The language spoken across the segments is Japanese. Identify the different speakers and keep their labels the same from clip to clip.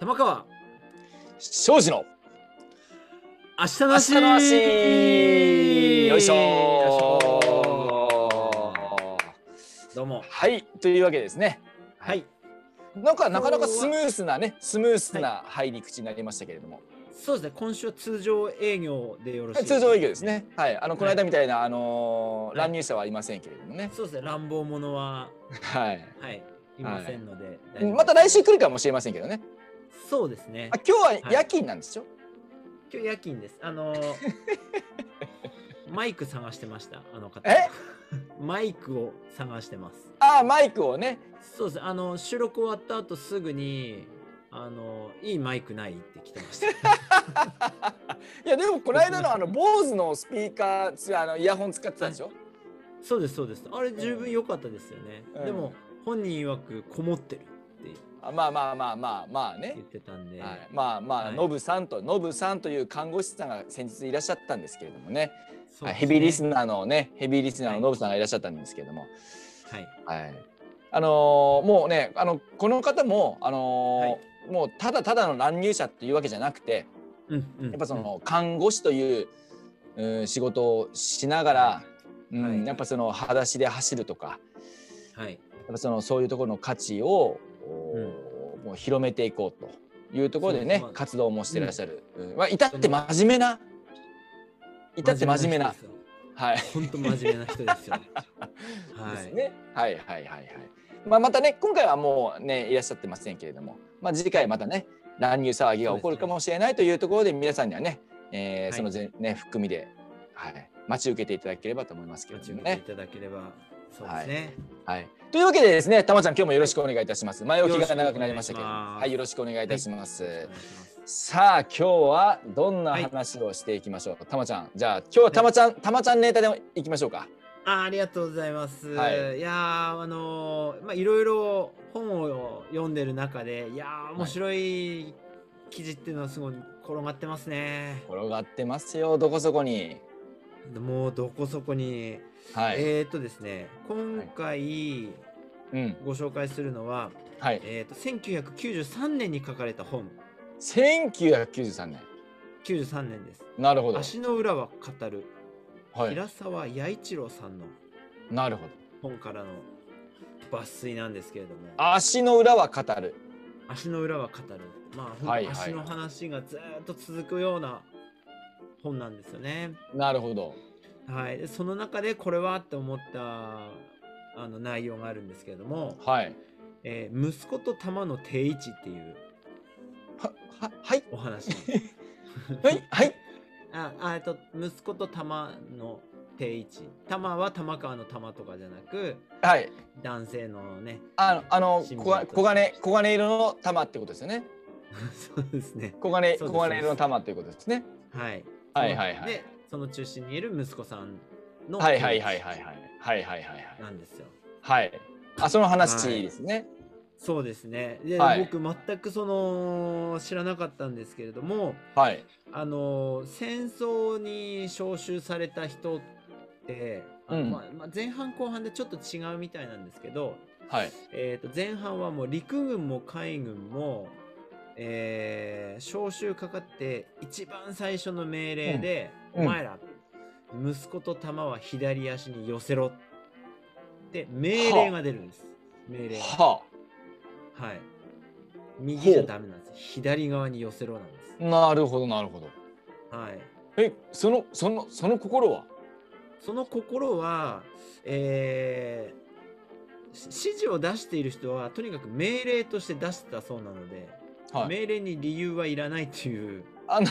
Speaker 1: 山川
Speaker 2: 庄司の
Speaker 1: 明日の
Speaker 2: 明
Speaker 1: 足
Speaker 2: 日の足よいしょ
Speaker 1: どうも
Speaker 2: はいというわけでですね
Speaker 1: はい
Speaker 2: なんかなかなかスムースなねスムースな入り口になりましたけれども、
Speaker 1: そうですね今週は通常営業でよろしい
Speaker 2: 通常営業ですねはいあのこの間
Speaker 1: はい
Speaker 2: みたいな、あのー
Speaker 1: はい
Speaker 2: 乱入者はありませんけれどもね
Speaker 1: そうですね乱暴者は
Speaker 2: はい
Speaker 1: はいいませんので、大丈夫
Speaker 2: また来週来るかもしれませんけどね
Speaker 1: そうですね
Speaker 2: あ今日は
Speaker 1: はい
Speaker 2: 夜勤なんでしょ、
Speaker 1: 今日夜勤ですあの ーマイク探してましたあの方
Speaker 2: え
Speaker 1: マイクを探してます
Speaker 2: ああマイクをね
Speaker 1: そうですあの収録終わった後すぐにあのいいマイクないって来てました
Speaker 2: いやでもこの間 のあの坊主のスピーカーつあのイヤホン使ってたでしょ、
Speaker 1: そうですそうですあれ十分良かったですよね、
Speaker 2: うん
Speaker 1: でも本人曰くこもってるって
Speaker 2: あまあまあまあまあまあね
Speaker 1: 言ってたんで、
Speaker 2: はい、まあま
Speaker 1: は
Speaker 2: あ
Speaker 1: い
Speaker 2: ノブさんとノブさんという看護師さんが先日いらっしゃったんですけれどもね
Speaker 1: そうですね
Speaker 2: はいヘビーリスナーのねヘビーリスナー
Speaker 1: は
Speaker 2: の
Speaker 1: い
Speaker 2: ノブさんがいらっしゃったんですけれども、
Speaker 1: はい
Speaker 2: はい、あのーもうねあのこの方もあのーもうただただの乱入者っていうわけじゃなくて
Speaker 1: うんうん
Speaker 2: やっぱその看護師という、うん、仕事をしながら、
Speaker 1: は
Speaker 2: うん
Speaker 1: はい
Speaker 2: やっぱその裸足で走るとか
Speaker 1: はい
Speaker 2: やっぱそのそういうところの価値を、おーもう広めていこうというところで
Speaker 1: そ
Speaker 2: ね
Speaker 1: うそう
Speaker 2: 活動もしてらっしゃる、うんまあ、至って真面目な至って真面目な
Speaker 1: 人ですよ
Speaker 2: はい、
Speaker 1: 本当真面目な人ですよは
Speaker 2: です
Speaker 1: い、
Speaker 2: ねはいはいはいはい、まあ、またね今回はもうねいらっしゃってませんけれども、まあ、次回またね乱入騒ぎが起こるかもしれないというところで皆さんにはね、え
Speaker 1: は
Speaker 2: ー
Speaker 1: い
Speaker 2: そのぜ、ね、含みで、はい、待ち受けていただければと思いますけれ
Speaker 1: 待
Speaker 2: ど
Speaker 1: ち
Speaker 2: も
Speaker 1: 受けい。
Speaker 2: ね
Speaker 1: ただければそうですね、
Speaker 2: はい、というわけでですね、たまちゃん、今日もよろしくお願いいたします。前置きが長くなりましたけれども、
Speaker 1: よろしくお願いします
Speaker 2: はい、よろしくお願いいたします。
Speaker 1: よろしくお願いします
Speaker 2: さあ、今日はどんな
Speaker 1: はい
Speaker 2: 話をしていきましょう。たまちゃん、じゃあ、今日はたまちゃん、たまちゃんネタでいきましょうか。
Speaker 1: あありがとうございます。、
Speaker 2: はい
Speaker 1: やーあのーまあいろいろ本を読んでる中でいやー面白い記事っていうのはすごい転がってますね。
Speaker 2: 転がってますよ、どこそこに。
Speaker 1: もうどこそこに、
Speaker 2: はい。
Speaker 1: えっ、ー、とですね今回
Speaker 2: うん、
Speaker 1: ご紹介するのは、
Speaker 2: はい。
Speaker 1: えー、と1993年に書かれた本
Speaker 2: 1993年。
Speaker 1: 93年です。
Speaker 2: なるほど。
Speaker 1: 足の裏は語る
Speaker 2: はい。
Speaker 1: 平沢弥一郎さんの
Speaker 2: なるほど。
Speaker 1: 本からの抜粋なんですけれども。
Speaker 2: 足の裏は語る。
Speaker 1: 足の裏は語るまあ、
Speaker 2: はい
Speaker 1: ほんと
Speaker 2: はい
Speaker 1: 足の話がずーっと続くような本なんですよね。
Speaker 2: なるほど。
Speaker 1: はい、でその中でこれはって思ったあの内容があるんですけれども
Speaker 2: はい。
Speaker 1: 「えー息子と玉の定位置」っていう
Speaker 2: は、は、はい。
Speaker 1: お話
Speaker 2: はい。はい。
Speaker 1: ああえっと息子と玉の定位置玉は玉川の玉とかじゃなく
Speaker 2: はい。
Speaker 1: 男性のね
Speaker 2: あの、あの、
Speaker 1: 新聞
Speaker 2: こが、
Speaker 1: と
Speaker 2: 黄金、黄金色の玉ってことですよね。
Speaker 1: そうですね
Speaker 2: 黄金、
Speaker 1: そうです
Speaker 2: 黄金色の玉ということですね。
Speaker 1: はい
Speaker 2: はいはいはい
Speaker 1: でその中心にいる息子さんの
Speaker 2: はいはいはいはい
Speaker 1: 定
Speaker 2: は
Speaker 1: 位
Speaker 2: いはいはいはい
Speaker 1: 置なんですよ
Speaker 2: はいはいあその話ですね
Speaker 1: そうですねで、
Speaker 2: はい
Speaker 1: 僕全くその知らなかったんですけれども
Speaker 2: はい
Speaker 1: あの戦争に召集された人ってあの
Speaker 2: うん
Speaker 1: まあまあ、前半後半でちょっと違うみたいなんですけど、
Speaker 2: はい
Speaker 1: えー、と前半はもう陸軍も海軍も、えー召集かかって一番最初の命令で「
Speaker 2: うん
Speaker 1: お
Speaker 2: うん
Speaker 1: 前ら息子と玉は左足に寄せろ」って命令が出るんです命令が。
Speaker 2: は
Speaker 1: はい。右じゃダメなんです。左側に寄せろなんです。
Speaker 2: あなるほどなるほど
Speaker 1: はい。
Speaker 2: えそのそのその心は
Speaker 1: その心は、えーし指示を出している人はとにかく命令として出してたそうなので、
Speaker 2: はい
Speaker 1: 命令に理由はいらないという
Speaker 2: あな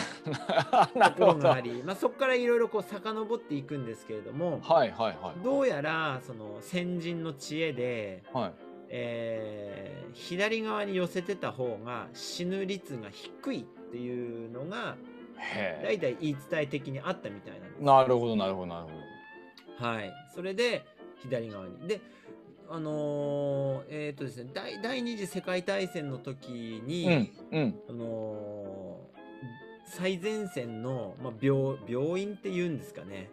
Speaker 2: な
Speaker 1: とこ
Speaker 2: るほ
Speaker 1: ろ
Speaker 2: ど
Speaker 1: が
Speaker 2: は
Speaker 1: あ
Speaker 2: い
Speaker 1: り、まあ、そこからいろいろこう遡っていくんですけれども、
Speaker 2: はいはい
Speaker 1: どうやらその先人の知恵で、
Speaker 2: はい
Speaker 1: えー左側に寄せてた方が死ぬ率が低いっていうのが代
Speaker 2: へ
Speaker 1: 々言い伝え的にあったみたいなん
Speaker 2: え
Speaker 1: で
Speaker 2: なるほどなるほどなるほ
Speaker 1: す。はい。それで、左側に。で、あのーえっ、とですね第、第二次世界大戦の時に、
Speaker 2: どうんうん
Speaker 1: あのー最前線の、まあ、病病院って言うんですかね。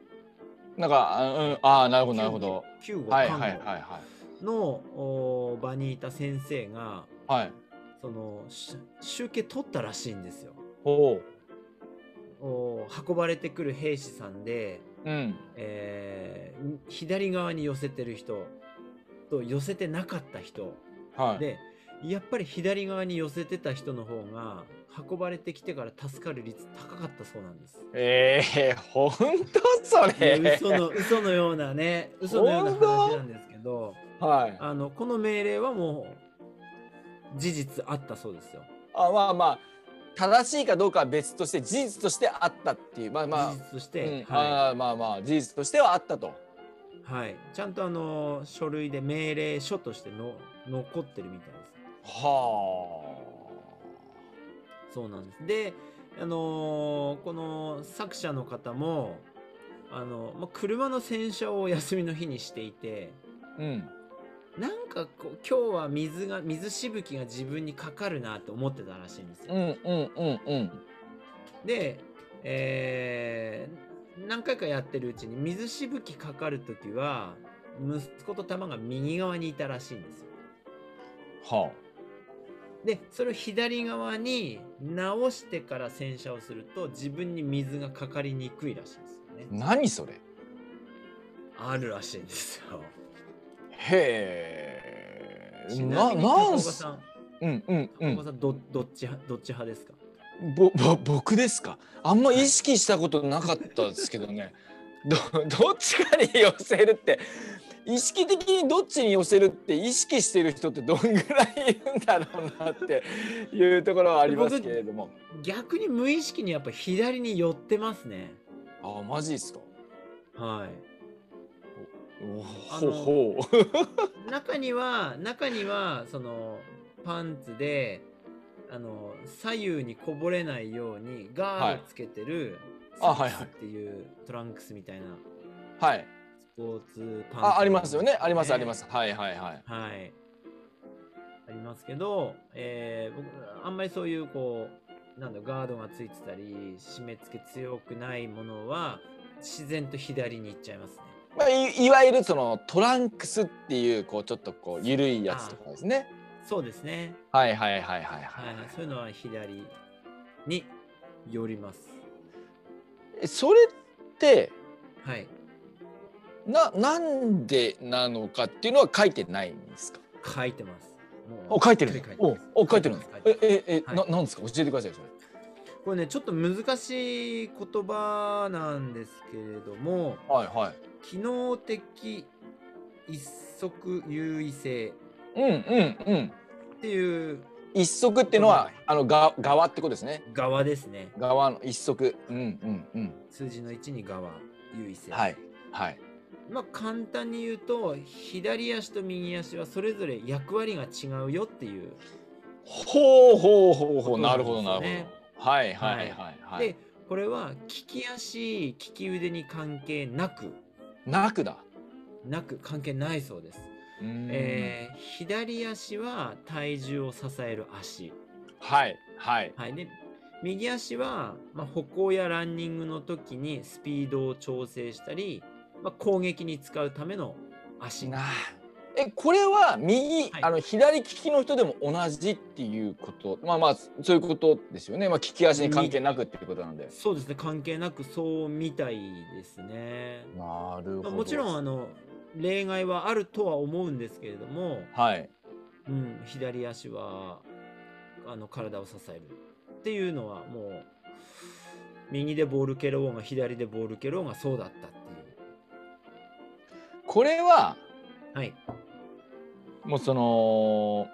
Speaker 2: なんかあうんあーなるほどなるほど
Speaker 1: 救護
Speaker 2: はい
Speaker 1: 看護
Speaker 2: はいはいはい
Speaker 1: のおー場にいた先生が、
Speaker 2: はい
Speaker 1: そのし集計取ったらしいんですよ
Speaker 2: ほ
Speaker 1: お運ばれてくる兵士さんで、
Speaker 2: う。うん。
Speaker 1: えー左側に寄せてる人と寄せてなかった人
Speaker 2: はい。
Speaker 1: でやっぱり左側に寄せてた人の方が運ばれてきてから助かる率高かったそうなんです。
Speaker 2: ええー、本当そ
Speaker 1: い や
Speaker 2: れ。
Speaker 1: 嘘の嘘のようなね嘘のような話なんですけど
Speaker 2: はい。
Speaker 1: あのこの命令はもう事実あったそうですよ。
Speaker 2: あ、まあまあ。正しいかどうかは別として、事実としてあったっていう、まあまあ。
Speaker 1: 事実とし
Speaker 2: う
Speaker 1: て、
Speaker 2: ん
Speaker 1: は
Speaker 2: あーまあまあ、事実としてはあったと。
Speaker 1: いはい、ちゃんとあの書類で命令書としての残ってるみたいです。
Speaker 2: は
Speaker 1: そうなんです。で、あのーこの作者の方も、あのまあ、車の洗車をお休みの日にしていて、
Speaker 2: あ。うん。
Speaker 1: なんかこう今日は水が水しぶきが自分にかかるなって思ってたらしいんです
Speaker 2: う
Speaker 1: よ。
Speaker 2: んうんうんうん。
Speaker 1: で、えー何回かやってるうちに水しぶきかかる時は息子と玉が右側にいたらしいんですよ。
Speaker 2: は
Speaker 1: でそれを左側に直してから洗車をすると自分に水がかかりにくいらしいんですよね
Speaker 2: あ。。何それ。
Speaker 1: あるらしいんですよ。
Speaker 2: へえ。
Speaker 1: ちなみに高岡
Speaker 2: す
Speaker 1: さん、
Speaker 2: うんうんう
Speaker 1: 高岡
Speaker 2: ん。
Speaker 1: さんどどっち派どっち派ですか。
Speaker 2: ぼぼ僕ですか。あんま意識したことなかったですけどね。どどっちかに寄せるって意識的にどっちに寄せるって意識してる人ってどんぐらいいるんだろうなっていうところはありますけれども。
Speaker 1: 逆に無意識にやっぱ左に寄ってますね。
Speaker 2: あマジですか。
Speaker 1: はい。
Speaker 2: お
Speaker 1: あ
Speaker 2: ほ
Speaker 1: の
Speaker 2: うほう。
Speaker 1: 中には中にはそのパンツであの左右にこぼれないようにガードつけてる
Speaker 2: あ
Speaker 1: サックス
Speaker 2: はいはい
Speaker 1: っていうトランクスみたいな
Speaker 2: はい。
Speaker 1: スポーツパンツ、
Speaker 2: あありますよね。ありますあります。。はいはいはい。
Speaker 1: はい。ありますけど、えー僕、あんまりそういう、こう、なんだろう、ガードがついてたり、締め付け強くないものは、自然と左に行っちゃいますね。
Speaker 2: まあいいわゆるそのトランクスっていうこうちょっとこうゆるいやつとかですね。
Speaker 1: そうですね。
Speaker 2: はいはいはいはい
Speaker 1: は
Speaker 2: はいい。
Speaker 1: はい。そういうのは左に寄ります。
Speaker 2: えそれって
Speaker 1: はい。
Speaker 2: ななんでなのかっていうのは書いてないんですか。
Speaker 1: 書いてます。もう
Speaker 2: お書いてるん
Speaker 1: しっ
Speaker 2: だ
Speaker 1: かり。
Speaker 2: おお書いてるんだ
Speaker 1: 書い。てま
Speaker 2: え
Speaker 1: す
Speaker 2: ええ、
Speaker 1: はい
Speaker 2: ななんですか教えてくださいそれ。
Speaker 1: これね、ちょっと難しい言葉なんですけれども、
Speaker 2: はいはい。
Speaker 1: 機能的一足優位性
Speaker 2: うんうんうん。
Speaker 1: っていう
Speaker 2: 一足っていうのはあのが側ってことですね。
Speaker 1: 側ですね
Speaker 2: 側の一足。うんうんうん。
Speaker 1: 数字の1に側優位性
Speaker 2: はいはい。
Speaker 1: まあ簡単に言うと左足と右足はそれぞれ役割が違うよっていう、
Speaker 2: ほうほうほうほ。
Speaker 1: そううな
Speaker 2: なんる
Speaker 1: ですよ
Speaker 2: ほど
Speaker 1: ね
Speaker 2: なるほど。はいはいはいはい
Speaker 1: で。これは利き足利き腕に関係なく
Speaker 2: なくだ。
Speaker 1: なく関係ないそうです、
Speaker 2: うーん
Speaker 1: えー左足は体重を支える足、
Speaker 2: はいはい。
Speaker 1: はい、で右足は、まあ、歩行やランニングの時にスピードを調整したり、まあ、攻撃に使うための足
Speaker 2: なあえこれは右、
Speaker 1: はい
Speaker 2: あの左利きの人でも同じっていうことまあまあそういうことですよね、まあ、利き足に関係なくっていうことなんで
Speaker 1: そうですね関係なくそうみたいですね、
Speaker 2: なるほ
Speaker 1: ま
Speaker 2: ど
Speaker 1: あ、もちろんあの例外はあるとは思うんですけれども、
Speaker 2: はい
Speaker 1: うん、左足はあの体を支えるっていうのはもう右でボール蹴ろうが左でボール蹴ろうがそうだったってい
Speaker 2: これは
Speaker 1: うはい
Speaker 2: もうその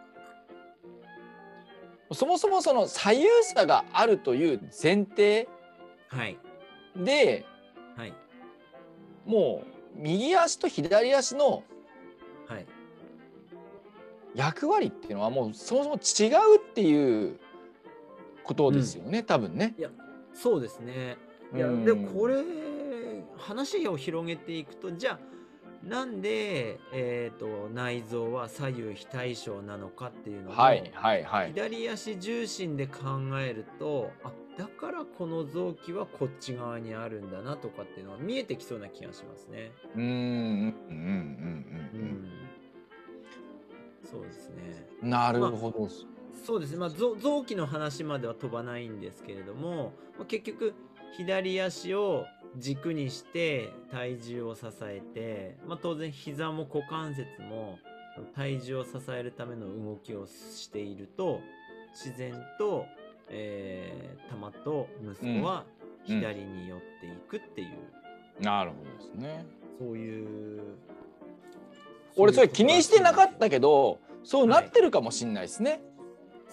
Speaker 2: そもそもその左右差があるという前提
Speaker 1: はい
Speaker 2: で
Speaker 1: はい
Speaker 2: もう右足と左足の
Speaker 1: はい
Speaker 2: 役割っていうのはもうそもそも違うっていうことですよね、多分ね。
Speaker 1: そうですねいや
Speaker 2: うん
Speaker 1: でもこれ話を広げていくとじゃあなんで、えー、と内臓は左右非対称なのかっていうのを、
Speaker 2: はいはいはい。
Speaker 1: 左足重心で考えるとあだからこの臓器はこっち側にあるんだなとかっていうのは見えてきそうな気がしますね。
Speaker 2: うーんうん
Speaker 1: う
Speaker 2: うん
Speaker 1: ん、そうですね。
Speaker 2: うんうん。なるほどっす。
Speaker 1: そうですね、まあ、臓臓器の話までは飛ばないんですけれども、まあ、結局左足を軸にして体重を支えて、まあ、当然膝も股関節も体重を支えるための動きをしていると自然と、えー、玉と息子は
Speaker 2: うんうん
Speaker 1: 左に寄っていくっていう、
Speaker 2: なるほどですね。
Speaker 1: そういう
Speaker 2: 俺それ気にしてなかったけどそうな
Speaker 1: はい
Speaker 2: ってるかもしんないですね。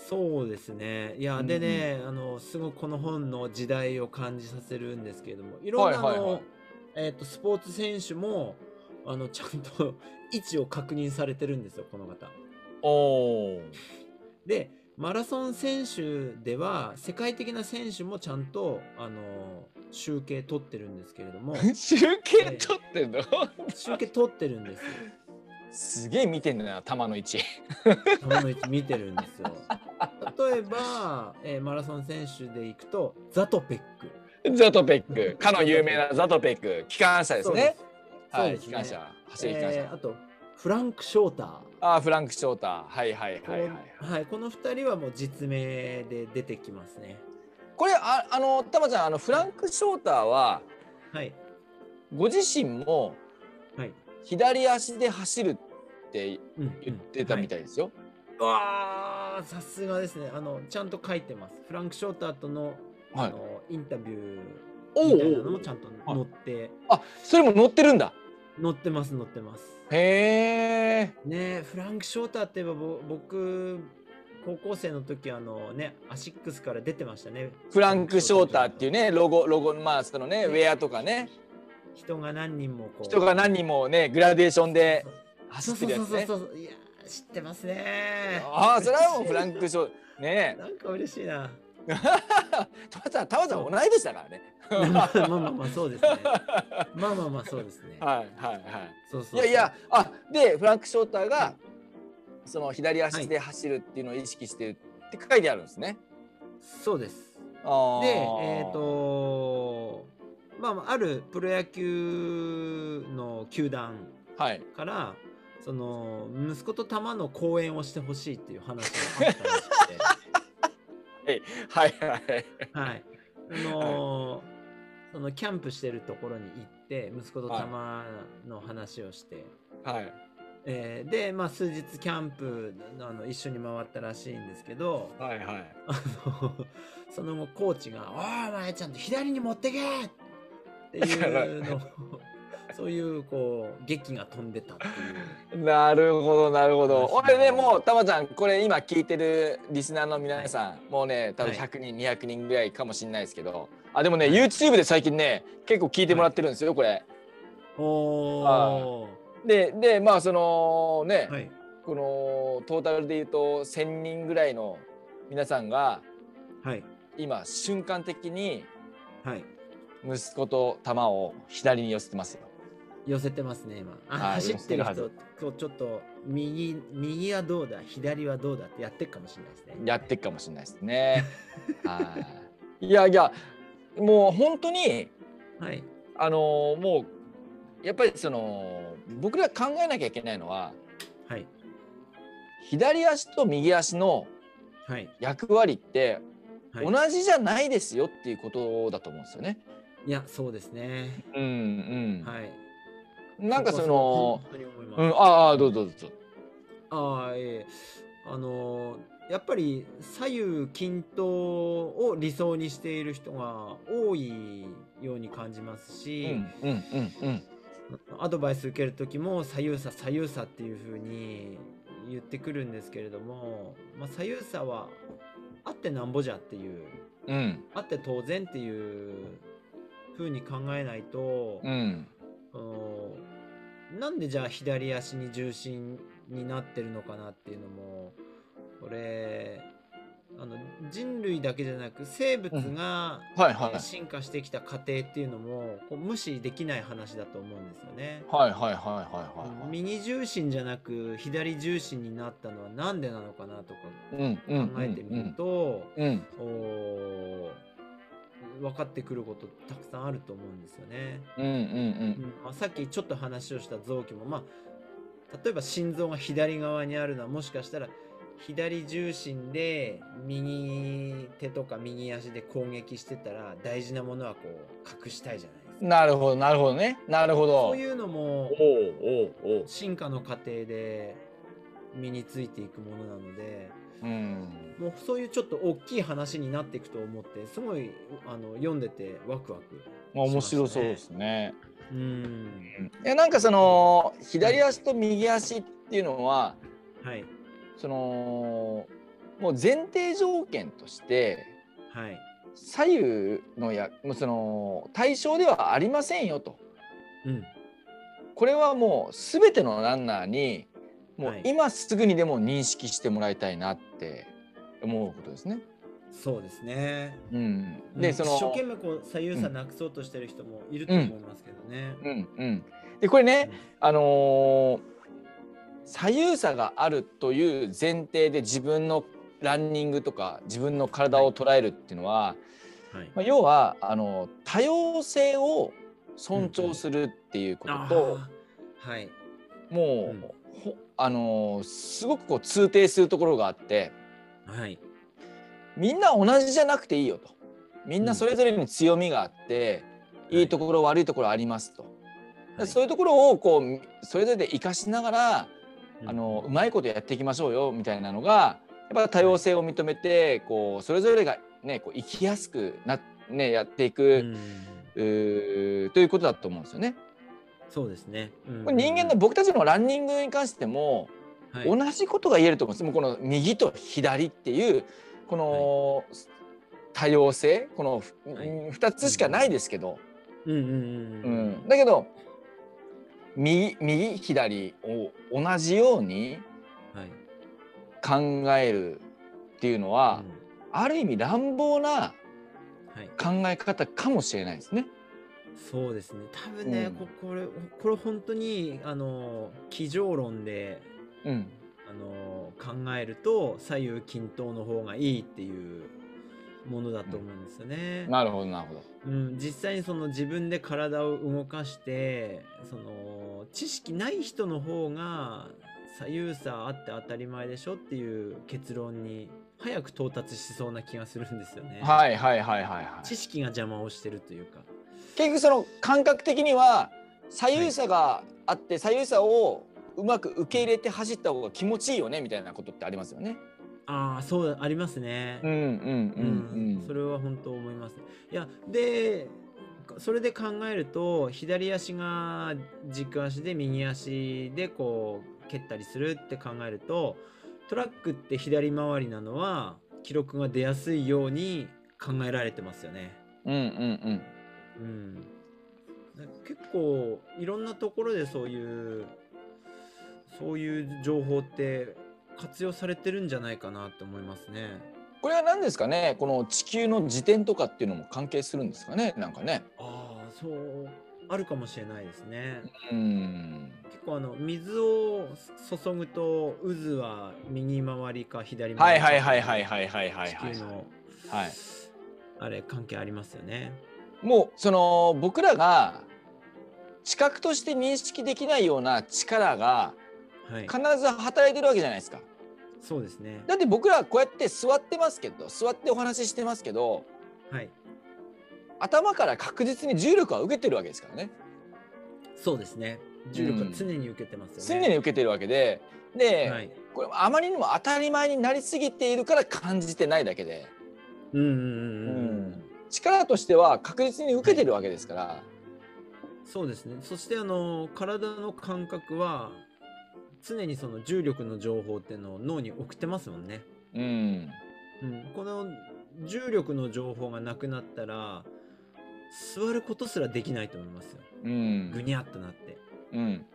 Speaker 1: そうですね。いや、
Speaker 2: うん
Speaker 1: でね、あの、すごくこの本の時代を感じさせるんですけれども、いろんなあの、
Speaker 2: はいはいはい
Speaker 1: えっ、と、スポーツ選手も、あの、ちゃんと 位置を確認されてるんですよ、この方。
Speaker 2: お ー
Speaker 1: で、マラソン選手では、世界的な選手もちゃんと、あの、集計取ってるんですけれども、
Speaker 2: 集計取ってんの
Speaker 1: 集計取ってるんですよ。
Speaker 2: すげえ見てんだな球の位置。
Speaker 1: 玉の位置見てるんですよ。例えば、えーマラソン選手でいくと、ザトペック。
Speaker 2: ザトペッ クかの有名なザトペック機関車ですね。
Speaker 1: そう
Speaker 2: はい
Speaker 1: です
Speaker 2: 機
Speaker 1: そうで
Speaker 2: 関
Speaker 1: すね
Speaker 2: 車走る機関
Speaker 1: えー
Speaker 2: 車。
Speaker 1: あとフランク・ショーター。
Speaker 2: あーフランク・ショーターはいはい
Speaker 1: こ
Speaker 2: はい
Speaker 1: の
Speaker 2: はいはい。
Speaker 1: はい、この2人はもう実名で出てきますね。
Speaker 2: これああのたまちゃんあのフランク・ショーターは
Speaker 1: はい。
Speaker 2: ご自身も
Speaker 1: はい。
Speaker 2: 左足で走るって
Speaker 1: うん、
Speaker 2: 言ってたみた
Speaker 1: い。
Speaker 2: いですよ。
Speaker 1: わあ、さすがですね。あの、ちゃんと書いてます。フランク・ショーターとの,、
Speaker 2: はい
Speaker 1: あのインタビュ
Speaker 2: お
Speaker 1: ー
Speaker 2: う
Speaker 1: みたいなの
Speaker 2: お
Speaker 1: も
Speaker 2: う
Speaker 1: ちゃんと載って、
Speaker 2: あそれも乗ってるんだ。
Speaker 1: 載ってます、載ってます。
Speaker 2: へえ。
Speaker 1: ねえフランク・ショーターって言えばぼ僕、高校生の時あのね、アシックスから出てましたね。
Speaker 2: フランク・ショーターっていう
Speaker 1: ね。
Speaker 2: ねロゴロゴまあそのねウェアとかね
Speaker 1: 人が何人もこう。
Speaker 2: 人が何人もねグラデーションで走
Speaker 1: そう
Speaker 2: って
Speaker 1: そう
Speaker 2: るや
Speaker 1: そうそ
Speaker 2: つ
Speaker 1: う
Speaker 2: ね
Speaker 1: そう。いやー、知ってますね。
Speaker 2: ああそれはもうフランク・ショーね
Speaker 1: なんか嬉しいな。
Speaker 2: えタマちゃんタマちゃん同い年だか らね
Speaker 1: まあまあまあ、そうですね。まあまあまあ、そうです ね。
Speaker 2: はいはいはい
Speaker 1: そうそうそう
Speaker 2: いやいや、あでフランク・ショーターがその左足で走るっていうのを意識してるって書いてあるんですね。
Speaker 1: そうです。
Speaker 2: あ
Speaker 1: で、えっ、
Speaker 2: ー
Speaker 1: とまあまあ、あるプロ野球の球団
Speaker 2: はい
Speaker 1: から、その息子と玉の講演をしてほしいっていう話があったらしく て。
Speaker 2: はいはい
Speaker 1: はい。あのーそのキャンプしてるところに行って息子と玉の話をして、
Speaker 2: はい
Speaker 1: えーで、まあ、数日キャンプあの一緒に回ったらしいんですけど
Speaker 2: はいはい。
Speaker 1: あの その後コーチが「おいお前ちゃんと左に持ってけ!」っていうのをそういうこう劇が飛んでた っていう
Speaker 2: なるほどなるほど。
Speaker 1: 話
Speaker 2: 俺ねもうたまちゃんこれ今聞いてるリスナーの皆さん、もうね多分
Speaker 1: はい
Speaker 2: 100人、200人ぐらいかもしれないですけどあでもね、
Speaker 1: はい
Speaker 2: YouTube で最近ね結構聞いてもらってるんですよこれ。
Speaker 1: おー
Speaker 2: ででまあそのね、
Speaker 1: はい
Speaker 2: このトータルで言うと1,000人ぐらいの皆さんが
Speaker 1: はい
Speaker 2: 今瞬間的に
Speaker 1: はい
Speaker 2: 息子と玉を左に寄せてますよ。
Speaker 1: 寄せてますね今あ
Speaker 2: はい
Speaker 1: 走ってる
Speaker 2: 寄せて
Speaker 1: 人とちょっと右右はどうだ左はどうだってやってるかもしれないですね
Speaker 2: やってっかもしれないですね。はい。いやいやもう本当に
Speaker 1: はい
Speaker 2: あのもうやっぱりその僕ら考えなきゃいけないのは
Speaker 1: はい
Speaker 2: 左足と右足の
Speaker 1: はい、
Speaker 2: 役割って
Speaker 1: はい、
Speaker 2: 同じじゃないですよっていうことだと思うんですよね。
Speaker 1: いやそうですね
Speaker 2: うんうん。
Speaker 1: はい
Speaker 2: なんかその
Speaker 1: 本当に思います、
Speaker 2: うんああどうぞどうぞ。
Speaker 1: ああええあのーやっぱり左右均等を理想にしている人が多いように感じます
Speaker 2: うん
Speaker 1: し、
Speaker 2: うんうんうん。
Speaker 1: アドバイス受ける時も左右差左右差っていう風に言ってくるんですけれども、まあ、左右差はあってなんぼじゃっていう
Speaker 2: うん
Speaker 1: あって当然っていう風に考えないと、
Speaker 2: うん
Speaker 1: あのなんでじゃあ左足に重心になってるのかなっていうのもこれあの人類だけじゃなく生物が
Speaker 2: はいはい
Speaker 1: 進化してきた過程っていうのもこう無視できない話だと思うんですよね。
Speaker 2: はいはいはいはいはい。
Speaker 1: 右重心じゃなく左重心になったのはなんでなのかなとか
Speaker 2: うんうん
Speaker 1: 考えてみると、
Speaker 2: うん
Speaker 1: おー分かってくることたくさんあると思うんですよね。
Speaker 2: うんうんうん
Speaker 1: うんまあ、さっきちょっと話をした臓器も、まあ、例えば心臓が左側にあるのはもしかしたら左重心で右手とか右足で攻撃してたら大事なものはこう隠したいじゃないですか。
Speaker 2: なるほどなるほどねなるほど
Speaker 1: そういうのも
Speaker 2: おうおうおう
Speaker 1: 進化の過程で身についていくものなので
Speaker 2: うん
Speaker 1: もうそういうちょっと大きい話になっていくと思ってすごいあの読んでてワクワク。
Speaker 2: まあ面白そうですね。
Speaker 1: うん
Speaker 2: いやなんかその左足と右足っていうのは
Speaker 1: はい
Speaker 2: そのもう前提条件として
Speaker 1: はい
Speaker 2: 左右のやもうその対象ではありませんよと
Speaker 1: うん
Speaker 2: これはもう全てのランナーにも
Speaker 1: は
Speaker 2: う
Speaker 1: い
Speaker 2: 今すぐにでも認識してもらいたいなって思うことですね。
Speaker 1: そうですね。
Speaker 2: うん、
Speaker 1: う
Speaker 2: で
Speaker 1: ん
Speaker 2: そ
Speaker 1: 一生
Speaker 2: の
Speaker 1: 懸命こう左右差なくそうとしてる人もいると思いますけどね。
Speaker 2: うんうん、でこれねあのー左右差があるという前提で自分のランニングとか自分の体を捉えるっていうのは、
Speaker 1: はい。
Speaker 2: まあ、要はあの多様性を尊重するっていうことと、
Speaker 1: あーはい。
Speaker 2: もう、
Speaker 1: うん
Speaker 2: ほあのーすごくこう通底するところがあって
Speaker 1: はい。
Speaker 2: みんな同じじゃなくていいよとみんなそれぞれに強みがあって、いいところ悪いところありますと、
Speaker 1: はい
Speaker 2: そういうところをこうそれぞれで生かしながらあのう
Speaker 1: い。
Speaker 2: まいことやっていきましょうよみたいなのがやっぱ多様性を認めてこうそれぞれが、ね、こう生きやすくな、ね、やっていく、うーということだと思うんですよね。
Speaker 1: そうですね。うん
Speaker 2: これ人間の僕たちのランニングに関しても
Speaker 1: はい
Speaker 2: 同じことが言えると思うんですもうこの右と左っていうこの多様性この
Speaker 1: はい
Speaker 2: 2つしかないですけど、
Speaker 1: うんうんうんう
Speaker 2: うんん、だけど右右左を同じように
Speaker 1: はい。
Speaker 2: 考えるっていうのは、
Speaker 1: うん
Speaker 2: ある意味乱暴な
Speaker 1: はい。
Speaker 2: 考え方かもしれないですね。
Speaker 1: そうですね。多分ね、
Speaker 2: うん
Speaker 1: ここれこれ本当にあの机上論で
Speaker 2: うん、
Speaker 1: あの考えると左右均等の方がいいっていうものだと思うんですよね。
Speaker 2: なるほどなるほど。
Speaker 1: うん、実際にその自分で体を動かしてその知識ない人の方が左右差あって当たり前でしょっていう結論に早く到達しそうな気がするんですよね。
Speaker 2: はいはいはいはいはい。
Speaker 1: 知
Speaker 2: 結
Speaker 1: 識が邪魔をしてるというか。
Speaker 2: 局その感覚的には左右差があって、左右差をうまく受け入れて走った方が気持ちいいよねみたいなことってありますよね。
Speaker 1: ああそうありますね。
Speaker 2: うんうんう
Speaker 1: うん
Speaker 2: ん
Speaker 1: そ
Speaker 2: うん。
Speaker 1: れは本当思います。いやでそれで考えると左足が軸足で右足でこう蹴ったりするって考えるとトラックって左回りなのは記録が出やすいように考えられてますよね。
Speaker 2: うんうん
Speaker 1: うん、だ結構いろんなところでそういうそういう情報って活用されてるんじゃないかなって思いますね。
Speaker 2: うん。これは何ですかね。この地球の自転とかっていうのも関係するんですかね。なんかね。
Speaker 1: ああそうあるかもしれないですね
Speaker 2: うん。
Speaker 1: 結構あの水を注ぐと渦は右回りか左
Speaker 2: は
Speaker 1: 回
Speaker 2: い
Speaker 1: りか
Speaker 2: はいはいはいはいはいはいは
Speaker 1: 地
Speaker 2: い
Speaker 1: 球。の
Speaker 2: はい。
Speaker 1: あれ関係ありますよね
Speaker 2: もうその僕らが知覚として認識できないような力が
Speaker 1: はい
Speaker 2: 必ず働いてるわけじゃないですか。
Speaker 1: そうですね
Speaker 2: だって僕らこうやって座ってますけど座ってお話ししてますけど
Speaker 1: はい
Speaker 2: 頭から確実に重力は受けてるわけですからね
Speaker 1: そうですね重力は
Speaker 2: うん
Speaker 1: 常に受けてます
Speaker 2: 常
Speaker 1: よ
Speaker 2: に
Speaker 1: ね、
Speaker 2: 受けてるわけでで、
Speaker 1: はい
Speaker 2: これあまりにも当たり前になりすぎているから感じてないだけで、
Speaker 1: うんうんうんうん、
Speaker 2: うん力としては確実に受けてるわけですから、
Speaker 1: そうですねそしてあの体の感覚は常にその重力の情報っていうのを脳に送ってますもんね
Speaker 2: うん
Speaker 1: うん、この重力の情報がなくなったら座ることすらできないと思いますよ
Speaker 2: う
Speaker 1: ぐ
Speaker 2: ん
Speaker 1: にゃっとなって
Speaker 2: うん、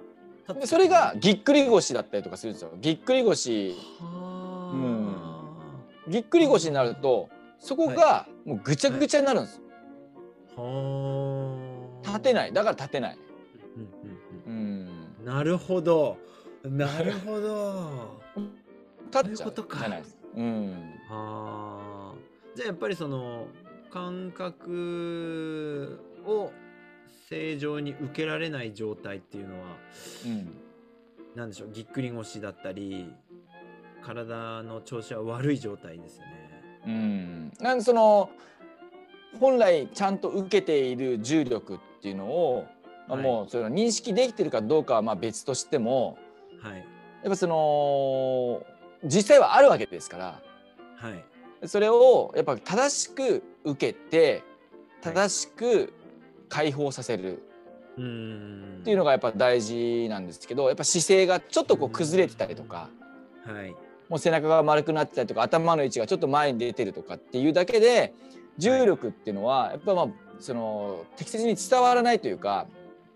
Speaker 1: 立つ
Speaker 2: でそれがぎっくり腰だったりとかするんですよぎっくり腰
Speaker 1: はあ、
Speaker 2: ぎっくり腰になるとそこがもうぐちゃぐちゃになるんです、
Speaker 1: はあ
Speaker 2: 立てないだから立てない、
Speaker 1: うんうん
Speaker 2: うん、
Speaker 1: うんなるほどなるほど
Speaker 2: 立っち
Speaker 1: そういう
Speaker 2: ゃう
Speaker 1: ことか
Speaker 2: じゃないですうん
Speaker 1: はあじゃあやっぱりその感覚を正常に受けられない状態っていうのは
Speaker 2: うん
Speaker 1: なんでしょうぎっくり腰だったり体の調子は悪い状態ですよね。
Speaker 2: うん、なんでその本来ちゃんと受けている重力っていうのを、まあ
Speaker 1: はい
Speaker 2: もうそれを認識できてるかどうかはまあ別としても
Speaker 1: はい。
Speaker 2: やっぱその実際はあるわけですから
Speaker 1: はい。
Speaker 2: それをやっぱ正しく受けて正しく解放させる
Speaker 1: うーん。
Speaker 2: っていうのがやっぱ大事なんですけどやっぱ姿勢がちょっとこう崩れてたりとか。
Speaker 1: はい。
Speaker 2: もう背中が丸くなってたりとか頭の位置がちょっと前に出てるとかっていうだけで重力っていうのはやっぱまあその適切に伝わらないというか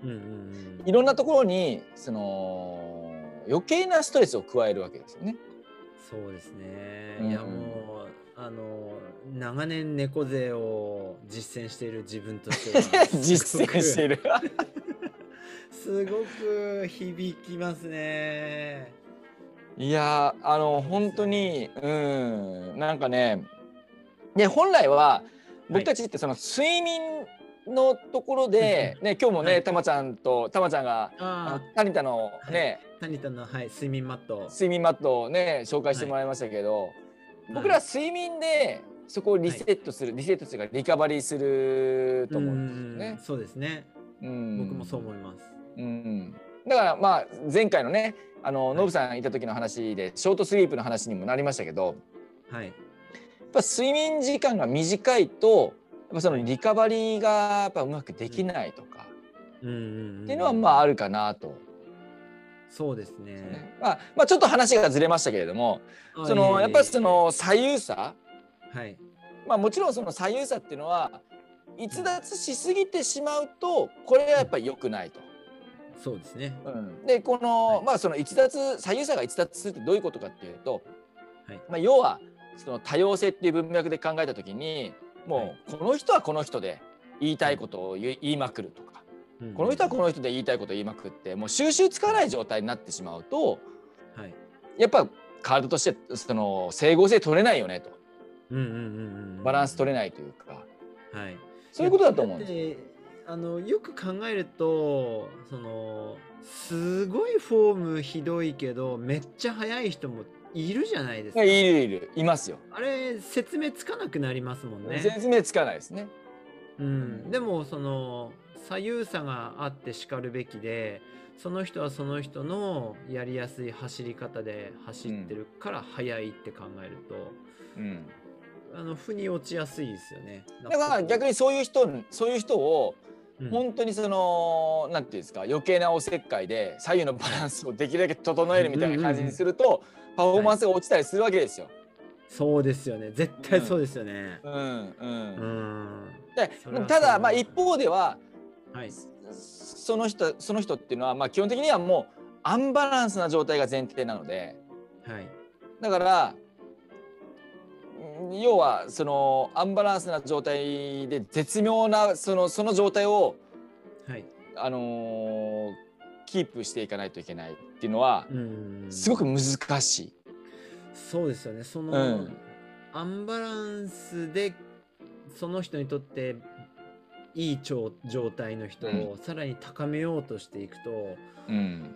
Speaker 1: うんうんう
Speaker 2: い
Speaker 1: ん。
Speaker 2: ろんなところにその余計なストレスを加えるわけですよね。
Speaker 1: そうですね。
Speaker 2: うん。
Speaker 1: いやもう、あの、長年猫背を実践している自分としては
Speaker 2: 実践してい
Speaker 1: る。
Speaker 2: る。
Speaker 1: すごく響きますね。
Speaker 2: いやーあの本当にうんなんかねで本来は僕たちってその睡眠のところで、ね、今日も
Speaker 1: は
Speaker 2: ね
Speaker 1: い
Speaker 2: たまちゃんとたまちゃんが
Speaker 1: あ
Speaker 2: あのタニタのね、
Speaker 1: あ、谷田の、はい、睡眠マット。
Speaker 2: 睡眠マットをね紹介してもらいましたけど、僕ら睡眠でそこをリセットする、リセットするかリカバリーすると思うんですよ
Speaker 1: うん
Speaker 2: ね。
Speaker 1: そうですね。
Speaker 2: うん
Speaker 1: 僕もそう思います。
Speaker 2: うんだからまあ前回のねあの
Speaker 1: い
Speaker 2: ノブさんいた時の話でショートスリープの話にもなりましたけど
Speaker 1: はい。
Speaker 2: やっぱ睡眠時間が短いとやっぱそのリカバリーがやっぱうまくできないとか
Speaker 1: うんうんん。
Speaker 2: っていうのはまああるかなと、
Speaker 1: そうですね。
Speaker 2: まあ、まあちょっと話がずれましたけれども
Speaker 1: あ
Speaker 2: そ
Speaker 1: いえいえい
Speaker 2: の
Speaker 1: え
Speaker 2: やっぱりその左右差
Speaker 1: はい。
Speaker 2: まあ、もちろんその左右差っていうのは逸脱しすぎてしまうとこれはやっぱり良くないと。
Speaker 1: そうですね。
Speaker 2: うんでこの、
Speaker 1: はい
Speaker 2: まあその逸脱左右差が逸脱するってどういうことかっていうと、
Speaker 1: はい
Speaker 2: まあ、要はその多様性っていう文脈で考えた時に
Speaker 1: は
Speaker 2: も
Speaker 1: いう
Speaker 2: この人はこの人で言いたいことを言い言いまくるとか、
Speaker 1: うん
Speaker 2: この人はこの人で言いたいことを言いまくってもう収集つかない状態になってしまうと
Speaker 1: はい。
Speaker 2: やっぱ体としてその整合性取れないよねと
Speaker 1: うんうんうんうん。
Speaker 2: バランス取
Speaker 1: れ。
Speaker 2: れないというか、
Speaker 1: はい。
Speaker 2: そういうことだと思うん
Speaker 1: や
Speaker 2: です
Speaker 1: だってあのよく考えるとそのすごいフォームひどいけどめっちゃ速い人もいるじゃないです
Speaker 2: い
Speaker 1: か。
Speaker 2: やいるいるいますよ。
Speaker 1: あれ説明つかなくなりますもんね。
Speaker 2: 説明つかないですね。
Speaker 1: うん、でもその左右差があってしかるべきでその人はその人のやりやすい走り方で走ってるから速いって考える
Speaker 2: うん、
Speaker 1: と、あの負に落ちやすいですよね。
Speaker 2: だから逆にそういう人そういう人を
Speaker 1: に、うん
Speaker 2: 本当にその、なんていうんですか余計なおせっかいで左右のバランスをできるだけ整えるみたいな感じにすると、パフォーマンスが落ちたりするわけですよ。
Speaker 1: そうですよね絶対そうですよね。
Speaker 2: うんう
Speaker 1: うんん、
Speaker 2: で
Speaker 1: それは
Speaker 2: た
Speaker 1: そう
Speaker 2: だ
Speaker 1: 思う
Speaker 2: まあ一方では
Speaker 1: はい、
Speaker 2: その人その人っていうのはまあ基本的にはもうアンバランスな状態が前提なので
Speaker 1: はい、
Speaker 2: だからうん要はそのアンバランスな状態で絶妙なそのその状態を
Speaker 1: はい、
Speaker 2: あのーキープしていかないといけないっていうのは
Speaker 1: うん、
Speaker 2: すごく難しい。
Speaker 1: そうですよねその、
Speaker 2: うん
Speaker 1: アンバランスでその人にとっていい状状態の人をさらに高めようとしていくと、
Speaker 2: うん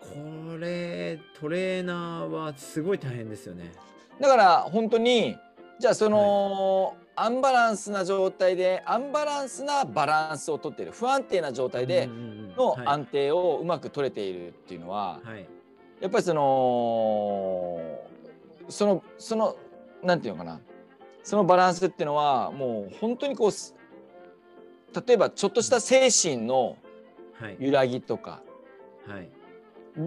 Speaker 1: これトレーナーはすごい大変ですよね。
Speaker 2: だから本当にじゃあその、アンバランスな状態でアンバランスなバランスをとっている不安定な状態で
Speaker 1: うんうんうん
Speaker 2: の
Speaker 1: はい
Speaker 2: 安定をうまく取れているっていうのは、
Speaker 1: はい
Speaker 2: やっぱりそのそのそのなんていうのかなそのバランスっていうのはもう本当にこうす例えばちょっとした精神の
Speaker 1: はい
Speaker 2: 揺らぎとか
Speaker 1: はい。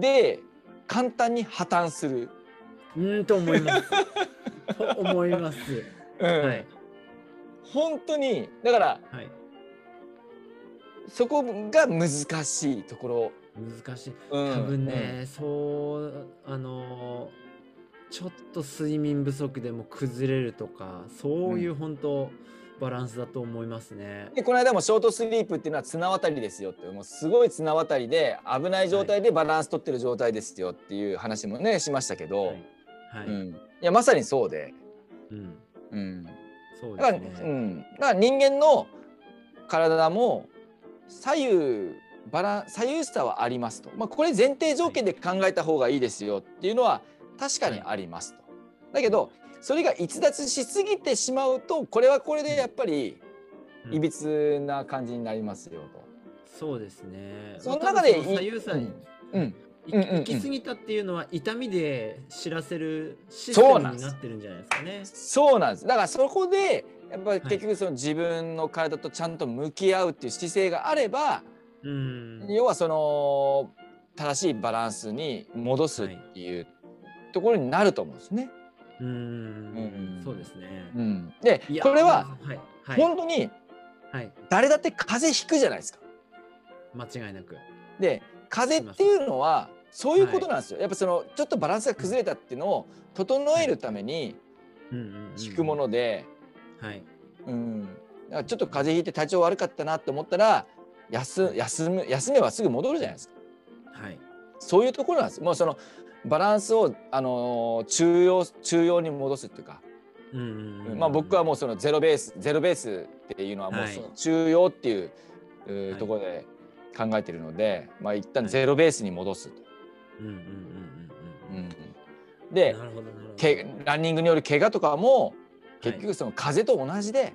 Speaker 2: で簡単に破綻する、
Speaker 1: うーんと思います。 と思います。はい
Speaker 2: 本当にだから
Speaker 1: はい。
Speaker 2: そこが難しいところ、
Speaker 1: 難しい。
Speaker 2: うん
Speaker 1: 多分ね、そうあのちょっと睡眠不足でも崩れるとかそういうう本当バランスだと思いますね
Speaker 2: うん。でこの間もショートスリープっていうのは綱渡りですよってもうすごい綱渡りで危ない状態でバランス取ってる状態ですよっていう話もねしましたけ
Speaker 1: は
Speaker 2: ど、
Speaker 1: い。はい。
Speaker 2: う
Speaker 1: うん。
Speaker 2: ん、いやまさにそうで、うん、だ
Speaker 1: そうで
Speaker 2: か
Speaker 1: す
Speaker 2: ら,、
Speaker 1: ね。
Speaker 2: うん、だから人間の体も左右バラン左右差はありますと、まあ、これ前提条件で考えた方がいいですよっていうのは確かにありますと。だけどそれが逸脱しすぎてしまうとこれはこれでやっぱり
Speaker 1: うん
Speaker 2: いびつな感じになりますよ
Speaker 1: そうですね。
Speaker 2: その中で
Speaker 1: まあ多分その左右差に
Speaker 2: と。うん、
Speaker 1: い
Speaker 2: うんうんうん
Speaker 1: 行き過ぎたっていうのは痛みで知らせるシステムになってるんじゃないですかね。
Speaker 2: そうなんですだからそこでやっぱり
Speaker 1: はい
Speaker 2: 結局その自分の体とちゃんと向き合うっていう姿勢があれば、
Speaker 1: うん。
Speaker 2: 要はその正しいバランスに戻すっていうところになると思うんですね。
Speaker 1: う
Speaker 2: うん
Speaker 1: ん。そうですね。
Speaker 2: うん、で
Speaker 1: いや
Speaker 2: これは、
Speaker 1: はい、はい、
Speaker 2: 本当に
Speaker 1: はい、
Speaker 2: 誰だって風邪ひくじゃないですか。
Speaker 1: 間違いなく。
Speaker 2: で風邪っていうのはそういうことなんですよ。やっぱそのちょっとバランスが崩れたっていうのを整えるために
Speaker 1: うんうん、うん。
Speaker 2: 引くも。ので、
Speaker 1: はい。
Speaker 2: うんだからちょっと風邪ひいて体調悪かったなって思ったら休休む休めばすぐ戻るじゃないですか。
Speaker 1: はい。
Speaker 2: そういうところなんです。もうそのバランスをあのー中央中央に戻すっていうか、
Speaker 1: うんうん、うん。
Speaker 2: まあ僕は
Speaker 1: も
Speaker 2: もうそのゼロベースゼロベースっていうのはもう
Speaker 1: はい
Speaker 2: その中央っていう、うー
Speaker 1: はい
Speaker 2: ところで考えてるので、まあ一旦ゼロベースに戻すと。
Speaker 1: う。うんうんうんうん
Speaker 2: うん
Speaker 1: うん。
Speaker 2: で
Speaker 1: なるほどなるほど。
Speaker 2: けランニングによる怪我とかも結
Speaker 1: はい
Speaker 2: 局その風邪と同じで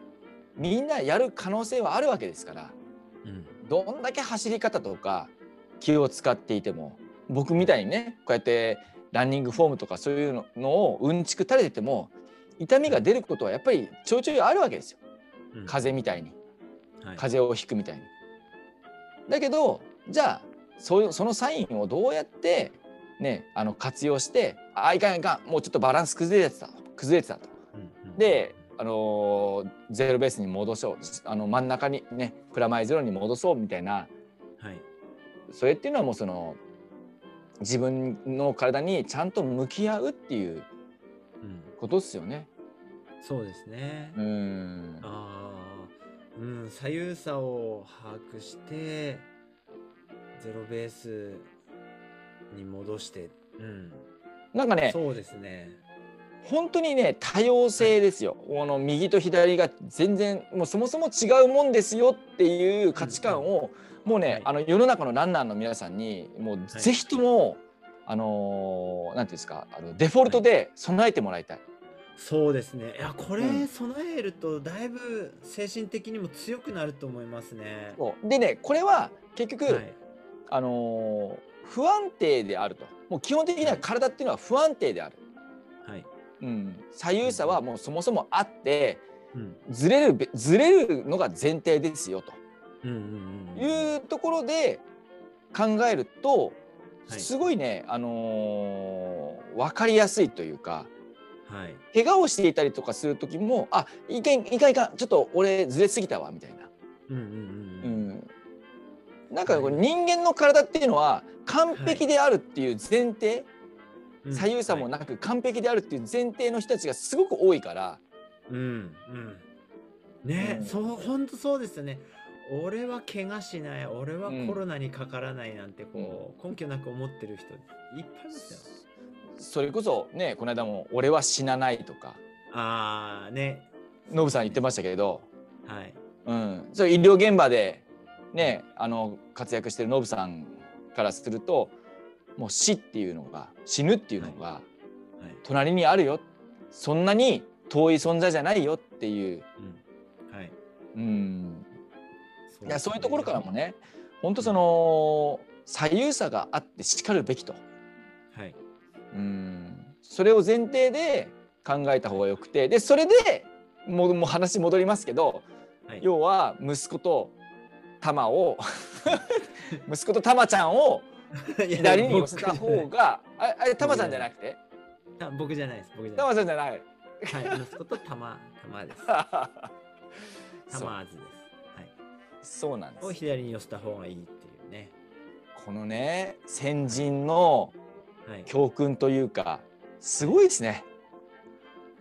Speaker 2: みんなやる可能性はあるわけですから。
Speaker 1: うん。
Speaker 2: どんだけ走り方とか気を使っていても僕みたいにねこうやってランニングフォームとかそういうのをうんちく垂れてても痛みが出ることはやっぱりちょいちょいあるわけですよ
Speaker 1: うん、
Speaker 2: 風邪みたいに
Speaker 1: はい、
Speaker 2: 風邪をひくみたいに。だけどじゃあそういうそのサインをどうやって、ね、あの活用して「あいかんいかんもうちょっとバランス崩れてた崩れてた」と。
Speaker 1: うんうん
Speaker 2: で、あのーゼロベースに戻そうあの真ん中にねプラマイゼロに戻そうみたいな
Speaker 1: はい。
Speaker 2: それっていうのはもうその自分の体にちゃんと向き合うっていう
Speaker 1: うん。
Speaker 2: ことですよね。
Speaker 1: そうですね。
Speaker 2: うん
Speaker 1: ああ、うん、左右差を把握して、ゼロベースに戻して、うん、
Speaker 2: なんかね
Speaker 1: そうですね。
Speaker 2: 本当にね多様性ですよ。この右と左が全然もうそもそも違うもんですよっていう価値観を、もうね、
Speaker 1: はい
Speaker 2: あの世の中のランナーの皆さんにもう
Speaker 1: はい
Speaker 2: ぜひとも、あのーなんていうんですかあのデフォルトで備えてもらいたい。
Speaker 1: そうですね。いや、こ
Speaker 2: うん
Speaker 1: れ備えると、だいぶ精神的にも強くなると思いますね。
Speaker 2: そうでねこれは結局、
Speaker 1: はい。
Speaker 2: あのー不安定であるともう基本的には体っていうのは不安定である、
Speaker 1: はい。
Speaker 2: うん、左右差はもうそもそもあって
Speaker 1: うん。
Speaker 2: ずれるべずれるのが前提ですよと
Speaker 1: うんうんうんうん。
Speaker 2: いうところで考えると
Speaker 1: はい
Speaker 2: すごいね、あの分かりやすいというか
Speaker 1: はい。
Speaker 2: 怪我をしていたりとかする時もあいかんいかんいかんちょっと俺ずれすぎたわみたいな。
Speaker 1: うんうん
Speaker 2: う
Speaker 1: うん
Speaker 2: んなんかこう人間の体っていうのは完璧であるっていう前提、
Speaker 1: うん。
Speaker 2: 左右差も
Speaker 1: はい
Speaker 2: なく完璧であるっていう前提の人たちがすごく多いから、
Speaker 1: うんうん。ね、
Speaker 2: うん
Speaker 1: そう、本当そうですよね。俺は怪我しない、俺は
Speaker 2: うん
Speaker 1: コロナにかからないなんて、こう、根拠なく思ってる人、いっぱいいますよ。
Speaker 2: それこそねこの間も「俺は死なない」とか
Speaker 1: あー、ね。
Speaker 2: ノブさん言ってましたけど、
Speaker 1: はい。
Speaker 2: うん、それ医療現場でねあの活躍してるノブさんからするともう死っていうのが死ぬっていうのが
Speaker 1: はい。
Speaker 2: 隣にあるよそんなに遠い存在じゃないよっていう、
Speaker 1: うん。はい。
Speaker 2: うん、
Speaker 1: そ
Speaker 2: いやそういうところからも。ね本当
Speaker 1: うん
Speaker 2: その左右差があってしかるべきと。
Speaker 1: はい。
Speaker 2: うんそれを前提で考えた方がよくてでそれでもうもう話戻りますけど
Speaker 1: はい。
Speaker 2: 要は息子とタマ を息子とタマちゃんを
Speaker 1: いや
Speaker 2: 左に寄せた方。がああれタマちゃんじゃなくて
Speaker 1: 僕た僕じゃないです。僕じゃ
Speaker 2: タ
Speaker 1: ない
Speaker 2: マちゃんじゃない
Speaker 1: です。はい。息子とたま、たまです。た
Speaker 2: そう
Speaker 1: まーずです。はい。
Speaker 2: そうなんで
Speaker 1: を
Speaker 2: す
Speaker 1: 左に寄せた方がいいっていうね。
Speaker 2: このね先人の
Speaker 1: はい。
Speaker 2: 教訓というかすごいですね。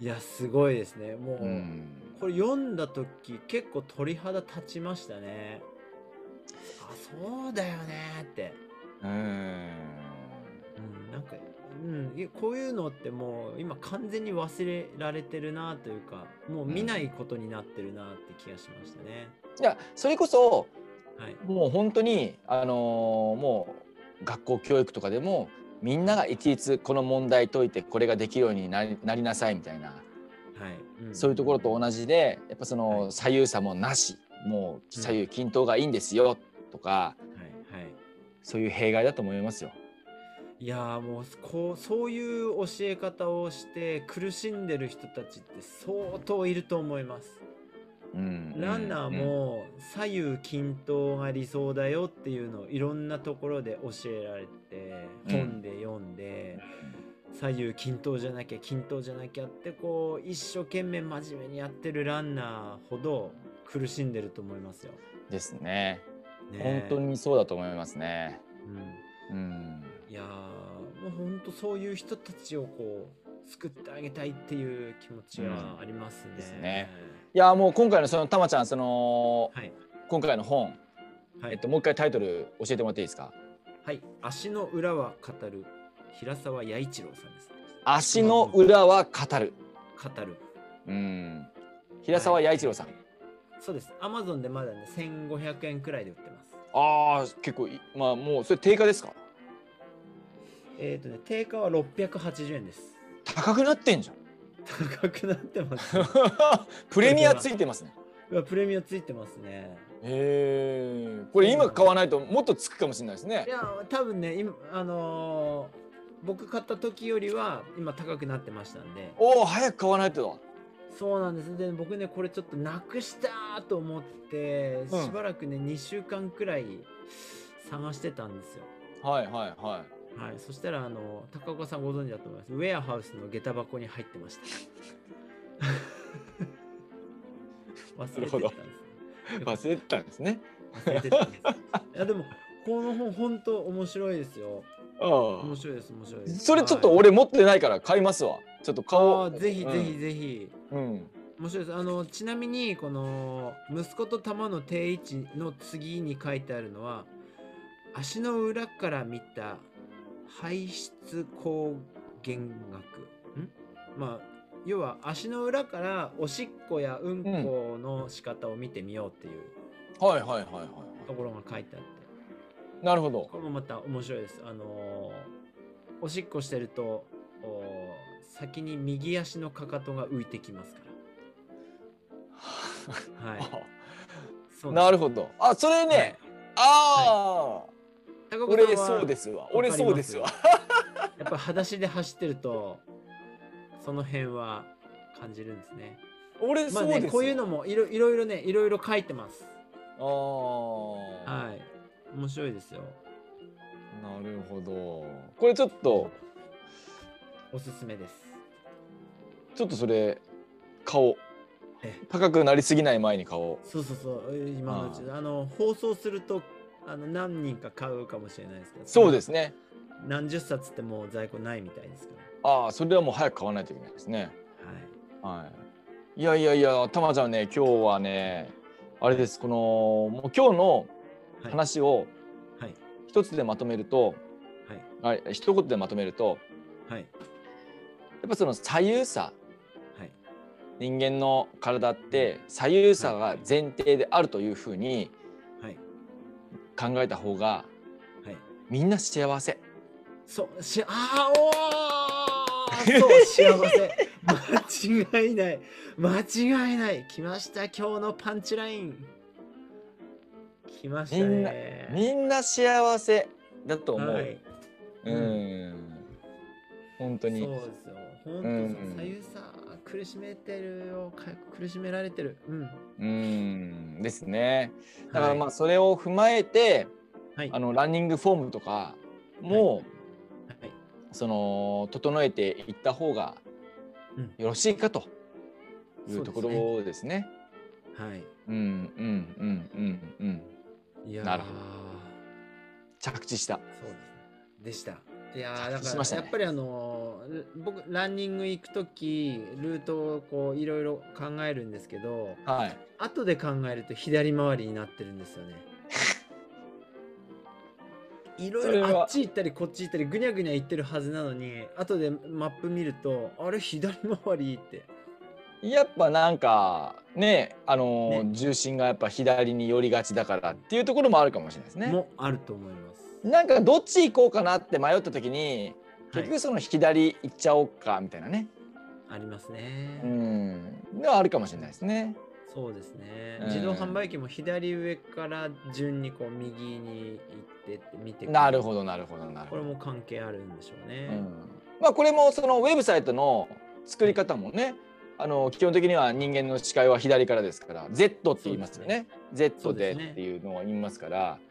Speaker 1: いや、すごいですね。も
Speaker 2: う
Speaker 1: う。
Speaker 2: ん
Speaker 1: これ読んだ時結構鳥肌立ちましたねあそうだよねって、
Speaker 2: うん
Speaker 1: うん、なんか、うん、いやこういうのってもう今完全に忘れられてるなというかもう見ないことになってるなって気がしましたね、
Speaker 2: いやそれこそ
Speaker 1: はい
Speaker 2: もう本当にあのーもう学校教育とかでもみんなが一律この問題解いてこれができるようになりなりなさいみたいな
Speaker 1: はい、うん
Speaker 2: そういうところと同じでやっぱそ
Speaker 1: は
Speaker 2: の
Speaker 1: い
Speaker 2: 左右差もなしもう左右均等がいいんですよと
Speaker 1: は
Speaker 2: か
Speaker 1: いはい
Speaker 2: そういう弊害だと思いますよ。
Speaker 1: いやーもうこうそういう教え方をして苦しんでる人たちって相当いると思います。
Speaker 2: うん
Speaker 1: ランナーも左右均等が理想だよっていうのをいろんなところで教えられて
Speaker 2: うん
Speaker 1: 本で読んで左右均等じゃなきゃ均等じゃなきゃってこう一生懸命真面目にやってるランナーほど苦しんでると思いますよ。
Speaker 2: うんですね
Speaker 1: ね
Speaker 2: 本当にそうだと思いますね。
Speaker 1: うん
Speaker 2: うん
Speaker 1: いやーもう本当そういう人たちをこう救ってあげたいっていう気持ちはありますね。
Speaker 2: ですねいやもう今回のそのたまちゃんその
Speaker 1: はい。
Speaker 2: 今回の本、
Speaker 1: はい、
Speaker 2: えっと、もう一回タイトル教えてもらっていいですか
Speaker 1: はい、足の裏は語る平沢弥一郎さんです。
Speaker 2: 足の裏は語る、
Speaker 1: 語る。
Speaker 2: うん、平沢弥一郎さん、
Speaker 1: そうです。アマゾンでまだね1500円くらいで売ってます。
Speaker 2: ああ結構いまあもうそれ定価ですか
Speaker 1: えっ、とね定価は680円です。
Speaker 2: 高くなってんじゃん
Speaker 1: 高くなってます、ね。
Speaker 2: プレミアついてますね
Speaker 1: うわプレミアついてますね。
Speaker 2: へえこれ今買わないともっとつくかもしれないですね
Speaker 1: いや多分ね今あのー僕買った時よりは今高くなってましたんで。
Speaker 2: おお早く買わないと
Speaker 1: そうなんですで僕ねこれちょっとなくしたと思って
Speaker 2: うん
Speaker 1: しばらくね、2週間くらい探してたんですよ
Speaker 2: だはいはいは
Speaker 1: はいそしたらあの高岡さんご存知だと思いますウェアハウスの下駄箱に入ってました 忘れてたんです
Speaker 2: い忘れてたんですね
Speaker 1: 忘れてたんですいやでもこの本本当面白いですよ
Speaker 2: あ
Speaker 1: 面
Speaker 2: あ
Speaker 1: 白いです面白いです
Speaker 2: それちょっと
Speaker 1: はい
Speaker 2: 俺持ってないから買いますわちょっと
Speaker 1: あ
Speaker 2: 顔
Speaker 1: ーぜひぜひぜひ、
Speaker 2: うん
Speaker 1: 面白いですあのちなみにこの「息子と玉の定位置」の次に書いてあるのは足の裏から見た排出光減額んまあ要は足の裏からおしっこやうんこの仕方を見てみようっていう
Speaker 2: はいはいはいはいは
Speaker 1: ところが書いてあって
Speaker 2: いなるほど
Speaker 1: これもまた面白いですあのーおしっこしてるとお先に右足のかかとが浮いてきますからはいそう
Speaker 2: なる
Speaker 1: ほ
Speaker 2: ほどあそれ
Speaker 1: ど
Speaker 2: ね、ああ、
Speaker 1: 高岡
Speaker 2: 俺
Speaker 1: さんは
Speaker 2: そうですわ俺そうですわ
Speaker 1: わかやっぱ裸足で走ってるとその辺は感じるんですね。
Speaker 2: 俺そ
Speaker 1: まあ
Speaker 2: うですわ、
Speaker 1: ねこういうのもいろいろいろねいろいろ書いてます。
Speaker 2: ああ、
Speaker 1: はい面白いですよ。
Speaker 2: なるほどこれちょっと
Speaker 1: おすすめです。
Speaker 2: ちょっとそれ顔
Speaker 1: え
Speaker 2: 高くなりすぎない前に顔
Speaker 1: そうそうそうえー今のうちあの放送するとあの何人か買うかもしれないですけど
Speaker 2: そうですすね
Speaker 1: 何十冊ってもう在庫ないみたいですか
Speaker 2: ああそれはもう早く買わないといけないですね
Speaker 1: ら。はい
Speaker 2: はいいやいやいやたまちゃんね今日はねあれですこのもう今日の
Speaker 1: はい
Speaker 2: 話を
Speaker 1: はい
Speaker 2: 一つでまとめると、
Speaker 1: はい
Speaker 2: はい、一言でまとめると
Speaker 1: はい
Speaker 2: やっぱその左右差
Speaker 1: はい
Speaker 2: 人間の体って左右差が前提であるというふうに
Speaker 1: はい
Speaker 2: 考えた方が
Speaker 1: はい。
Speaker 2: みんな幸せ
Speaker 1: そうしあーおー そう幸せ間違いない間違いない来ました今日のパンチライン来ましたね
Speaker 2: みんな幸せだと思う、
Speaker 1: はい、
Speaker 2: うん、本当
Speaker 1: そうで
Speaker 2: に
Speaker 1: すよ本当
Speaker 2: うん
Speaker 1: 左右さ苦しめてるよか苦しめられてるうん
Speaker 2: うんですねだからまあ
Speaker 1: は
Speaker 2: それを踏まえて、
Speaker 1: い、
Speaker 2: あのランニングフォームとかも、
Speaker 1: はいはい
Speaker 2: その整えていった方が
Speaker 1: うん
Speaker 2: よろしいかとい
Speaker 1: そううですね
Speaker 2: ところですね。
Speaker 1: はい
Speaker 2: うんうんうんうんうん
Speaker 1: いやー
Speaker 2: なるほど着地した。
Speaker 1: そうですね。でした。いや
Speaker 2: 着
Speaker 1: ー
Speaker 2: 地
Speaker 1: だか
Speaker 2: し
Speaker 1: ら
Speaker 2: ましたね
Speaker 1: やっぱりあのール僕ランニング行く時ルートをこういろいろ考えるんですけど
Speaker 2: はい。
Speaker 1: 後で考えると左回りになってるんです よね。いろい
Speaker 2: それ
Speaker 1: ろ
Speaker 2: は
Speaker 1: あっち行ったりこっち行ったりぐにゃぐにゃ行ってるはずなのに後でマップ見るとあれ左回りって
Speaker 2: やっぱなんかねあのー
Speaker 1: ね
Speaker 2: 重心がやっぱ左に寄りがちだからっていうところもあるかもしれないですね。
Speaker 1: もあると思います。
Speaker 2: なんかどっち行こうかなって迷った時に結
Speaker 1: は
Speaker 2: 局
Speaker 1: い
Speaker 2: その左行っちゃおうかみたいなね、
Speaker 1: ありますね、
Speaker 2: うんではあるかもしれないですね。
Speaker 1: そうですね、
Speaker 2: うん
Speaker 1: 自動販売機も左上から順にこう右に行ってって見てく
Speaker 2: なるほどなるほどなる
Speaker 1: こ
Speaker 2: ほ
Speaker 1: れ
Speaker 2: ど。
Speaker 1: も関係あるんでしょうね、
Speaker 2: うんまあこれもそのウェブサイトの作り方もねあの基本的には人間の視界は左からですから Z って言いますよね Z でっていうのを言いますから。
Speaker 1: うん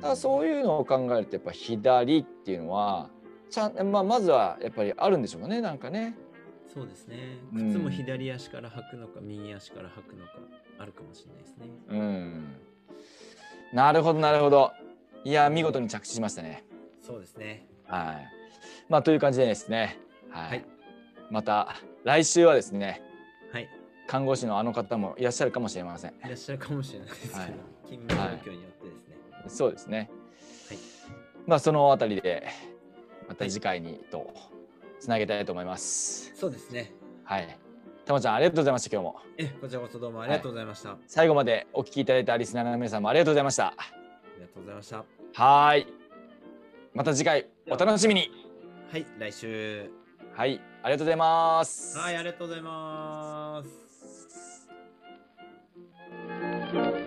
Speaker 2: ただそういうのを考えるとやっぱ左っていうのはちゃん、まあ、まずはやっぱりあるんでしょうかねなんかね。
Speaker 1: そうですね
Speaker 2: うん
Speaker 1: 靴も左足から履くのか右足から履くのかあるかもしれないですね
Speaker 2: うん、なるほどなるほど。いや見事に着地しましたね。
Speaker 1: そうですね
Speaker 2: はい。まあという感じでですね。はい。
Speaker 1: はい
Speaker 2: また来週はですね
Speaker 1: はい
Speaker 2: 看護師のあの方もいらっしゃるかもしれません。
Speaker 1: いらっしゃるかもしれないですけど、
Speaker 2: はい
Speaker 1: 勤務状況によってですね、
Speaker 2: そうですね。
Speaker 1: はい
Speaker 2: まあそのあたりでまた次回にとつなげたいと思います。
Speaker 1: そうですね
Speaker 2: はい。たまちゃんありがとうございました今日も。
Speaker 1: えこちらこそどうもありがとうございました、
Speaker 2: 最後までお聞きいただいたリスナーの皆さんもありがとうございました。
Speaker 1: ありがとうございましたは
Speaker 2: はーい。また次回お楽しみに。
Speaker 1: い来週
Speaker 2: はい、ありがとうございます。
Speaker 1: はいありがとうございます
Speaker 2: す。